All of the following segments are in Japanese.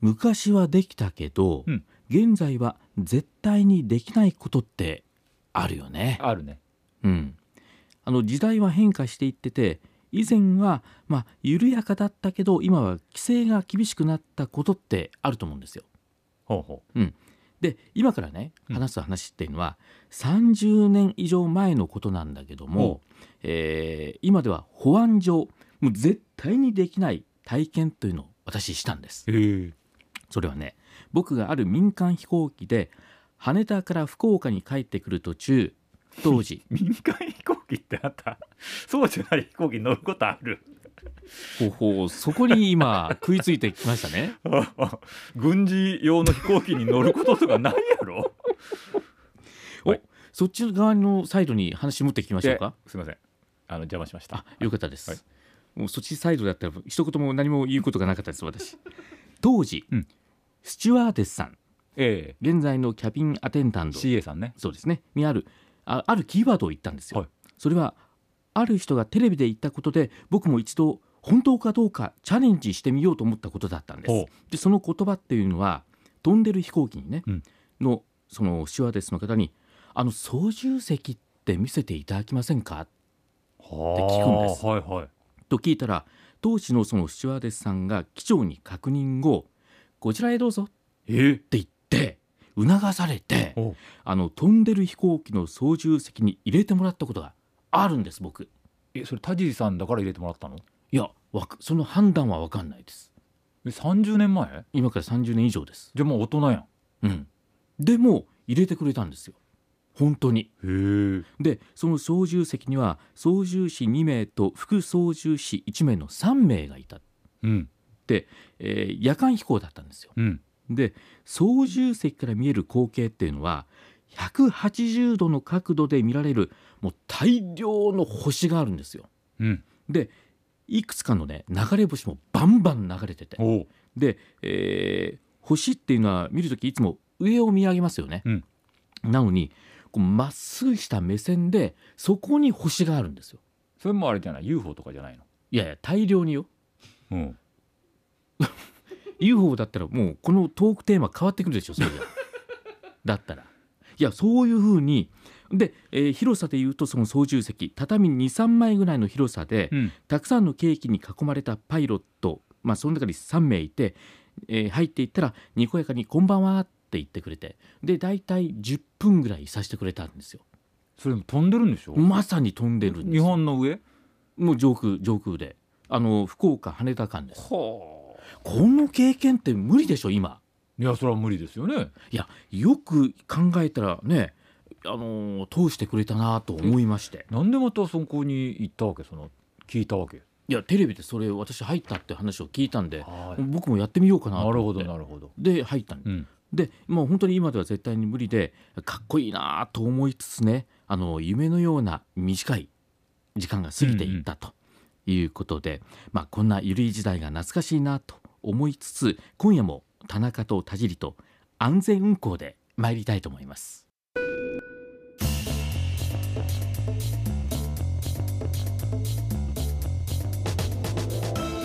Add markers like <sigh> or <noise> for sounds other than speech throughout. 昔はできたけど、うん現在は絶対にできないことってあるよね。 <laughs> あるねうん、あの時代は変化していってて以前はまあ緩やかだったけど今は規制が厳しくなったことってあると思うんですよ。ほうほで今からねうん話す話っていうのは、30年以上前のことなんだけども、えー今では保安上もう絶対にできない体験というのを私したんです。うへえそれはね僕がある民間飛行機で羽田から福岡に帰ってくる途中当時民間飛行機ってあった <laughs> そうじゃない飛行機に乗ることある <laughs> ほうほうそこに今食いついてきましたね。 <laughs> 軍事用の飛行機に乗ることとかないや <laughs> ろそっち側のサイドに話持ってきましょうか。ですいませんあの邪魔しましたあ、よかったです。はいもうそっちサイドだったら一言も何も言うことがなかったです <laughs> 私。当時、うんスチュワーデスさん、ええ現在のキャビンアテンダント、 CA さんねそうですね、にあるああるキーワードを言ったんですよ。はいそれはある人がテレビで言ったことで、僕も一度本当かどうかチャレンジしてみようと思ったことだったんです。ほでその言葉っていうのは飛んでる飛行機にね、うんのそのシュワーデスの方に「あの操縦席って見せていただきませんか?はって聞くんですはいはい」と聞いたら当時のそのシュワーデスさんが機長に確認後「こちらへどうぞ」ってええ言って促されておうあの飛んでる飛行機の操縦席に入れてもらったことがあるんです僕えそれ田尻さんだから入れてもらったのいやわかその判断は分かんないですえ30年前今から30年以上ですじゃあもう大人やうんでも入れてくれたんですよ本当にんへえでその操縦席には操縦士2名と副操縦士1名の3名がいた、うんえー夜間飛行だったんですようんで操縦席から見える光景っていうのは180度の角度で見られるもう大量の星があるんですようんでいくつかのね流れ星もバンバン流れてておうで、えー星っていうのは見るときいつも上を見上げますよね、うんなのにこうまっすぐした目線でそこに星があるんですよそれもあれじゃない UFO とかじゃないのいやいや大量にようん UFO だったらもうこのトークテーマ変わってくるでしょそ <laughs> れじゃだったらいやそういうふうにで、えー広さでいうとその操縦席畳23枚ぐらいの広さで、うんたくさんのケーキに囲まれたパイロット、まあ、その中に3名いて、えー入っていったらにこやかに「こんばんは」って言ってくれてで大体10分ぐらいいさせてくれたんですよそれも飛んでるんでしょまさに飛んでるんです日よ本の上もう上空上空であの福岡羽田間ですはこの経験って無理でしょ今あいやそれは無理ですよねいやよく考えたらねあのー通してくれたなと思いましてなんでまたそこに行ったわけその聞いたわけいやテレビでそれ私入ったって話を聞いたんでは僕もやってみようかななとる思ほってどなるほどで入ったんですうんでもう本当に今では絶対に無理でかっこいいなと思いつつねあの夢のような短い時間が過ぎていったということで、まあ、こんなゆるい時代が懐かしいなと思いつつ今夜も田中と田尻と安全運行で参りたいと思います。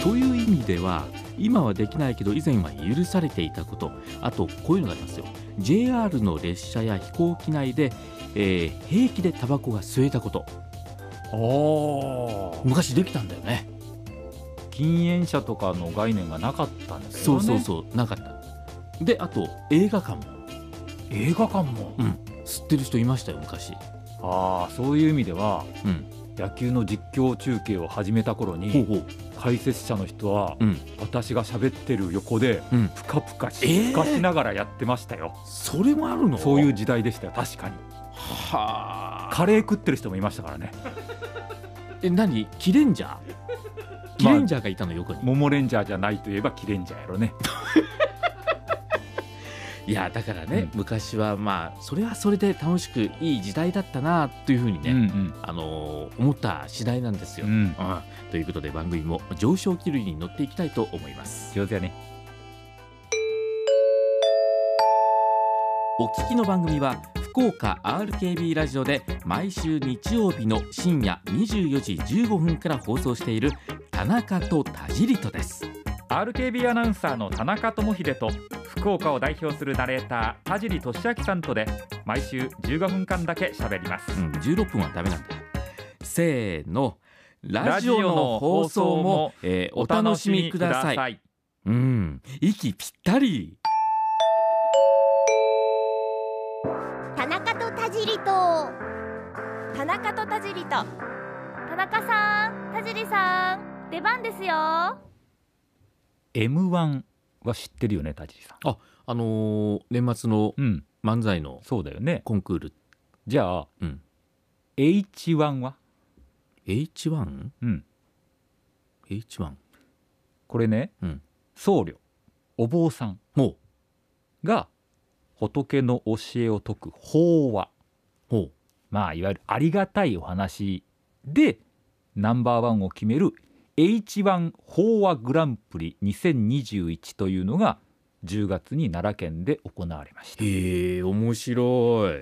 という意味では今はできないけど以前は許されていたことあとこういうのがありますよ JR の列車や飛行機内で、えー平気でタバコが吸えたことああ昔できたんだよね禁煙者とかの概念がなかったんですそようねそうそうなかったであと映画館も映画館もうん吸ってる人いましたよ昔ああそういう意味ではうん野球の実況中継を始めた頃ほうにほう解説者の人はうん私が喋ってる横でうんプカプカしえーふかしながらやってましたよそれもあるのそういうう時代でしたよ確かにはあカレー食ってる人もいましたからねえ何キレン <laughs> ジャーキレンジャーがいたの横に、モモレンジャーじゃないといえばキレンジャーやろねいやだからね、う昔はまあそれはそれで楽しくいい時代だったなというふうにね、うんあのー思った次第なんですうよ、んうんうんということで番組も上昇気流に乗っていきたいと思います上手やねお聞きの番組は福岡 RKB ラジオで毎週日曜日の深夜24時15分から放送している田中と田尻とです RKB アナウンサーの田中智秀と福岡を代表するナレーター田尻俊明さんとで毎週15分間だけ喋りますうん、16分はダメなんだせーのラジオの放送も、えーお楽しみくださいいうん息ぴったり田中と田尻と田中と田尻と田中さん田尻さん出番ですよ M1 は知ってるよね田尻さんあのー年末のうん漫才のそうだよねコンクールじゃあ、うん H1 は H1?H1 うんこれね、うん僧侶お坊さんほうが仏の教えを説く法話ほうまあいわゆるありがたいお話でナンバーワンを決める H1 法話グランプリ2021というのが10月に奈良県で行われましたへえ面白い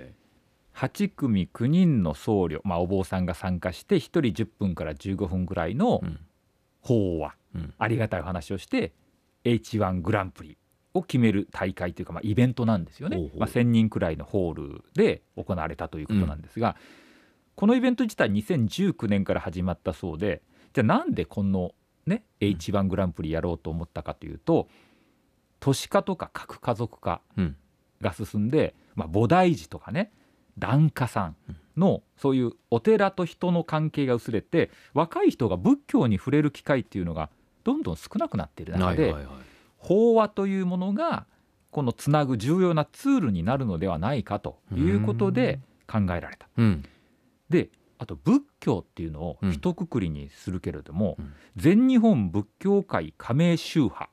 8組9人の僧侶、まあ、お坊さんが参加して1人10分から15分ぐらいのうん法話、うんありがたいお話をして H1 グランプリを決める大会というか、まあ、イベントなんですよねほうほうまあ、1,000人くらいのホールで行われたということなんですが、このイベント自体2019年から始まったそうでじゃあなんでこの、ね、H1 グランプリやろうと思ったかというと都市化とか核家族化うんが進んで、まあ、菩提寺とかね檀家さんのそういうお寺と人の関係が薄れて若い人が仏教に触れる機会っていうのがどんどん少なくなっているは中いで、はいはい法話というものがこのつなぐ重要なツールになるのではないかということで考えられた。うんであと仏教っていうのをうん一括りにするけれども、うん全日本仏教会加盟宗派、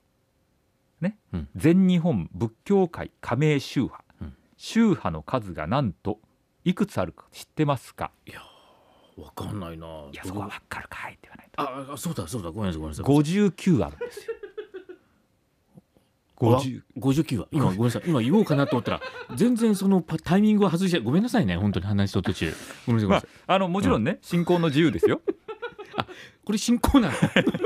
ねうん全日本仏教会加盟宗派、うん宗派の数がなんといくつあるか知ってますかわかんないないいやそこは分かるかいって言わないとああそうだそうだごめんなさいごめんなさい59あるんですよ <laughs> 50五十九は今ごめんなさい今言おうかなと思ったら全然そのパタイミングを外してごめんなさいね本当に話の途中ごめんなさいごめんまなあさい、、あのもちろんね、信仰の自由ですよこれ進行なの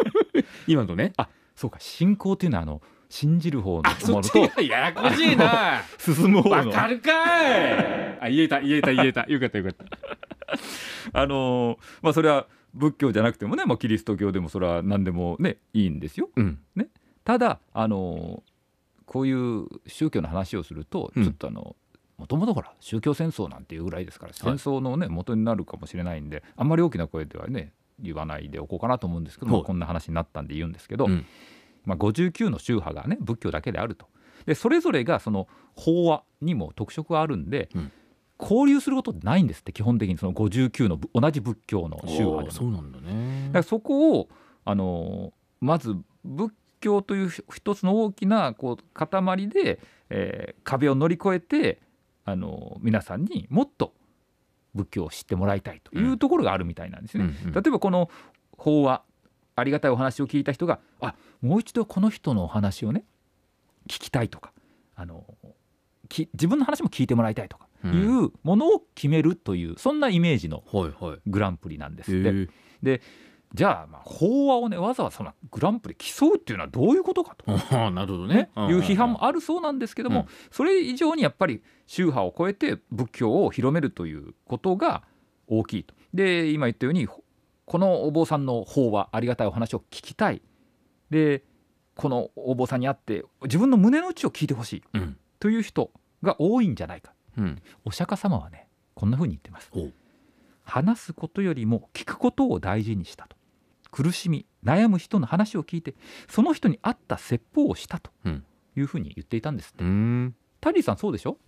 <laughs> 今のねそうか信仰っていうのはあの信じる方のあそものっちとがややこしいな進む方わのかるかいあ言えた言えた言えたよかったよかったあのーまあそれは仏教じゃなくてもね、まあ、キリスト教でもそれは何でもねいいんですようんただあのーこういう宗教の話をするとうんちょっとあのもともとほら宗教戦争なんていうぐらいですから戦い争のね元になるかもしれないんであんまり大きな声ではね言わないでおこうかなと思うんですけど、はいこんな話になったんで言うんですけど、うんまあ、59の宗派がね仏教だけであるとでそれぞれがその法話にも特色があるんで、うん交流することってないんですって基本的にその59のぶ同じ仏教のお宗ー派でそもうなんだねだからそこをあのーまず仏教という一つの大きなこう塊で、えー壁を乗り越えてあのー皆さんにもっと仏教を知ってもらいたいというところがあるみたいなんですね。うんうん例えばこの法話ありがたいお話を聞いた人があもう一度この人のお話をね聞きたいとかあのき自分の話も聞いてもらいたいとかうんいうものを決めるという、そんなイメージのはいはいグランプリなんですへって、ーじゃあまあ法話をねわざわざそのグランプリ競うっていうのはどういうことかと、あーなるほどねねうんいう批判もあるそうなんですけどうも、んそれ以上にやっぱり宗派を超えて仏教を広めるということが大きいと。で今言ったようにこのお坊さんの法話ありがたいお話を聞きたいでこのお坊さんに会って自分の胸の内を聞いてほしいうんという人が多いんじゃないかうんお釈迦様はねこんな風に言ってますほう話すことよりも聞くことを大事にしたと苦しみ悩む人の話を聞いてその人に合った説法をしたとうんいうふうに言っていたんですって、うんタリーさんそうでしょ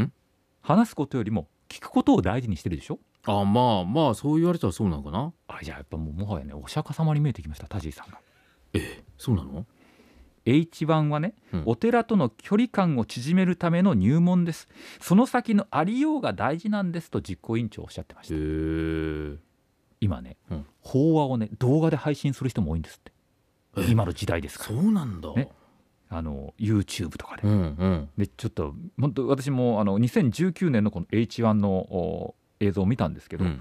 ん話すことよりも聞くことを大事にしてるでしょあまあまあそう言われたらそうなのかなあじゃあやっぱもうもはやねお釈迦様に見えてきましたタジーさんがそうなの H1 はね、うんお寺との距離感を縮めるための入門ですその先のありようが大事なんですと実行委員長おっしゃってましへたえ今ね、うん法話をね動画で配信する人も多いんですってえ今の時代ですからそうなんだねあの YouTube とかでう。んうんでちょっと本当私もあの2019年のこの H1 のお映像を見たんですけど、うん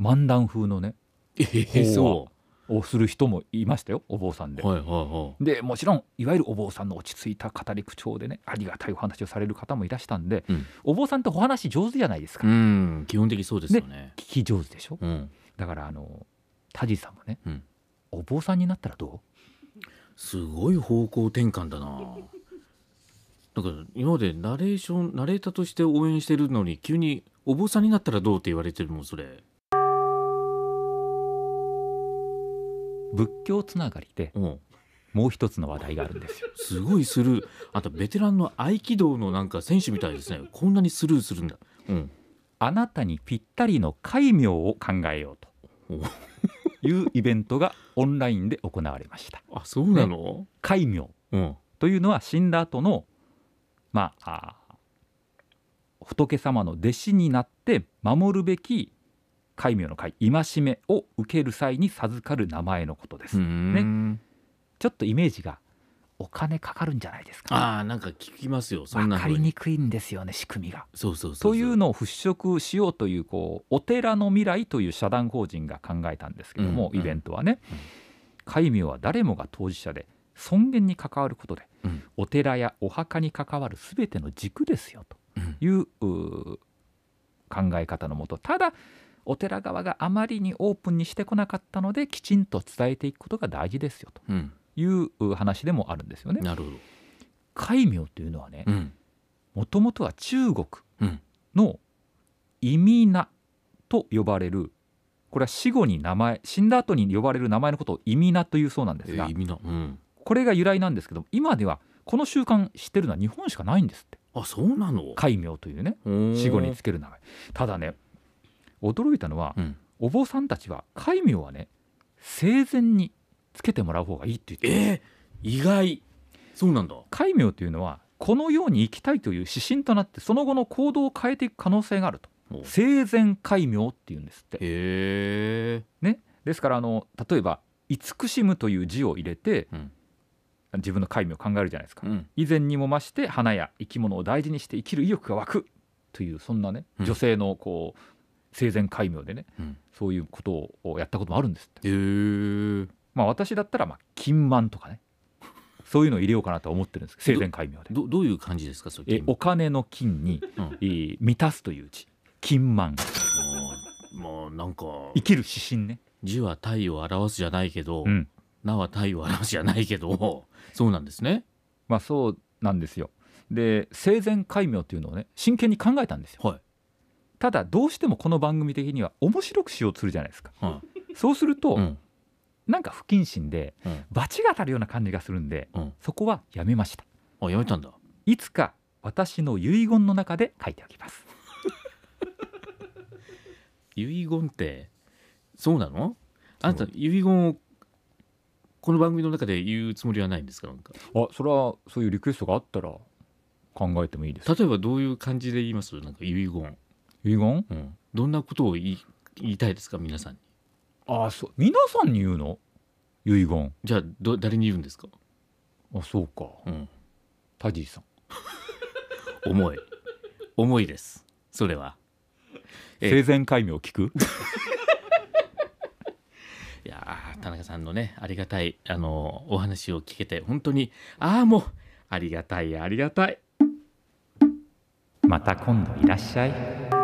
漫談風のねえーそうをする人もいましたよお坊さんで。はいはいはでもちろんいわゆるお坊さんの落ち着いた語り口調でねありがたいお話をされる方もいらしたんで、うんお坊さんってお話上手じゃないですい。か、う聞ん、基本的そうですよね。き上手でしょうん、だからあの田地さんもね、うんお坊さんになったらどすごい方向転換だな。だから今までナレーションナレーターとして応援してるのに急にお坊さんになったらどうって言われてるもんそれ。う仏教つながりでうん、もう一つの話題があるんですよすごいスルー。あとベテランの合気道のなんか選手みたいですね。こんなにスルーするんだ。うん。あなたにぴったりの戒名を考えようというイベントがオンラインで行われましたあ、そうなの？戒名うん。というのは死んだ後のまああー仏様の弟子になって守るべき戒名の戒戒めを受ける際に授かる名前のことでうす、ーん。ちょっとイメージがお金かかるんじゃないですかああ、なんか聞きますよ。そん分なか風りにくいんですよね仕組みが。そうそうそうそというのを払拭しようというこうお寺の未来という社団法人が考えたんですけども、うんうんイベントはねうん戒名は誰もが当事者で尊厳に関わることで、うんお寺やお墓に関わるすべての軸ですよとうんいう,うー、考え方のもとただお寺側があまりにオープンにしてこなかったのできちんと伝えていくことが大事ですよとうん。いうう話でもあるんですよね。なるほど。戒名というのはね、うん。もともとは中国うんの意味名と呼ばれるこれは死後に名前死んだ後に呼ばれる名前のことを意味名というそうなんでえすが意味の。うん。これが由来なんですけど今ではこの習慣知ってるのは日本しかないんですってあ、そうなの。戒名というね死死後につける名前ただね驚いたのはうん。お坊さんたちは戒名はね生前につけてもらう方がいいって言ってるえー、意外。そうなんだ。戒名というのはこのように生きたいという指針となってその後の行動を変えていく可能性があるとお生前戒名っていうんですってへえ。ですからあの例えば「慈しむ」という字を入れて、うん自分の戒名を考えるじゃないですか、うん。以前にも増して花や生き物を大事にして生きる意欲が湧くというそんなねうん女性のこう生前戒名でね、うんそういうことをやったこともあるんですって、へえ。まあ、私だったらまあ金満と <laughs> かねそういうのを入れようかなとは思ってるんですけど生ど前戒名でどどういう感じですか、それ。えお金の金に、うんえー満たすという字金満もうまあなんか生きる指針ね、字は体を表すじゃないけど、うん名は体を表すじゃないけど、そうなんですね。まあそうなんですよ。で生前戒名っていうのをね真剣に考えたんですよ。はいただどうしてもこの番組的には面白くしようとするじゃないですか。はそうすると、い。うん。なんか不謹慎で、うん罰が当たるような感じがするんで、うんそこはやめました。あ、やめたんだ。いつか私の遺言の中で書いておきます。遺言ってそうなのあなた遺言をこの番組の中で言うつもりはないんですかなんかあそれはそういうリクエストがあったら考えてもいいで。例えばどういう感じで言いますなんか遺言、遺言うん、どんなことを言い言いたいですか皆さんにあそう皆さんに言うの遺言じゃあど誰に言うんですか、あそうかうん、タジーさん、重い重いですそれはえ生前戒名を聞 <laughs> くいやー田中さんのねありがたいあのお話を聞けて本当にああもうありがたいありがたいまた今度いらっしゃい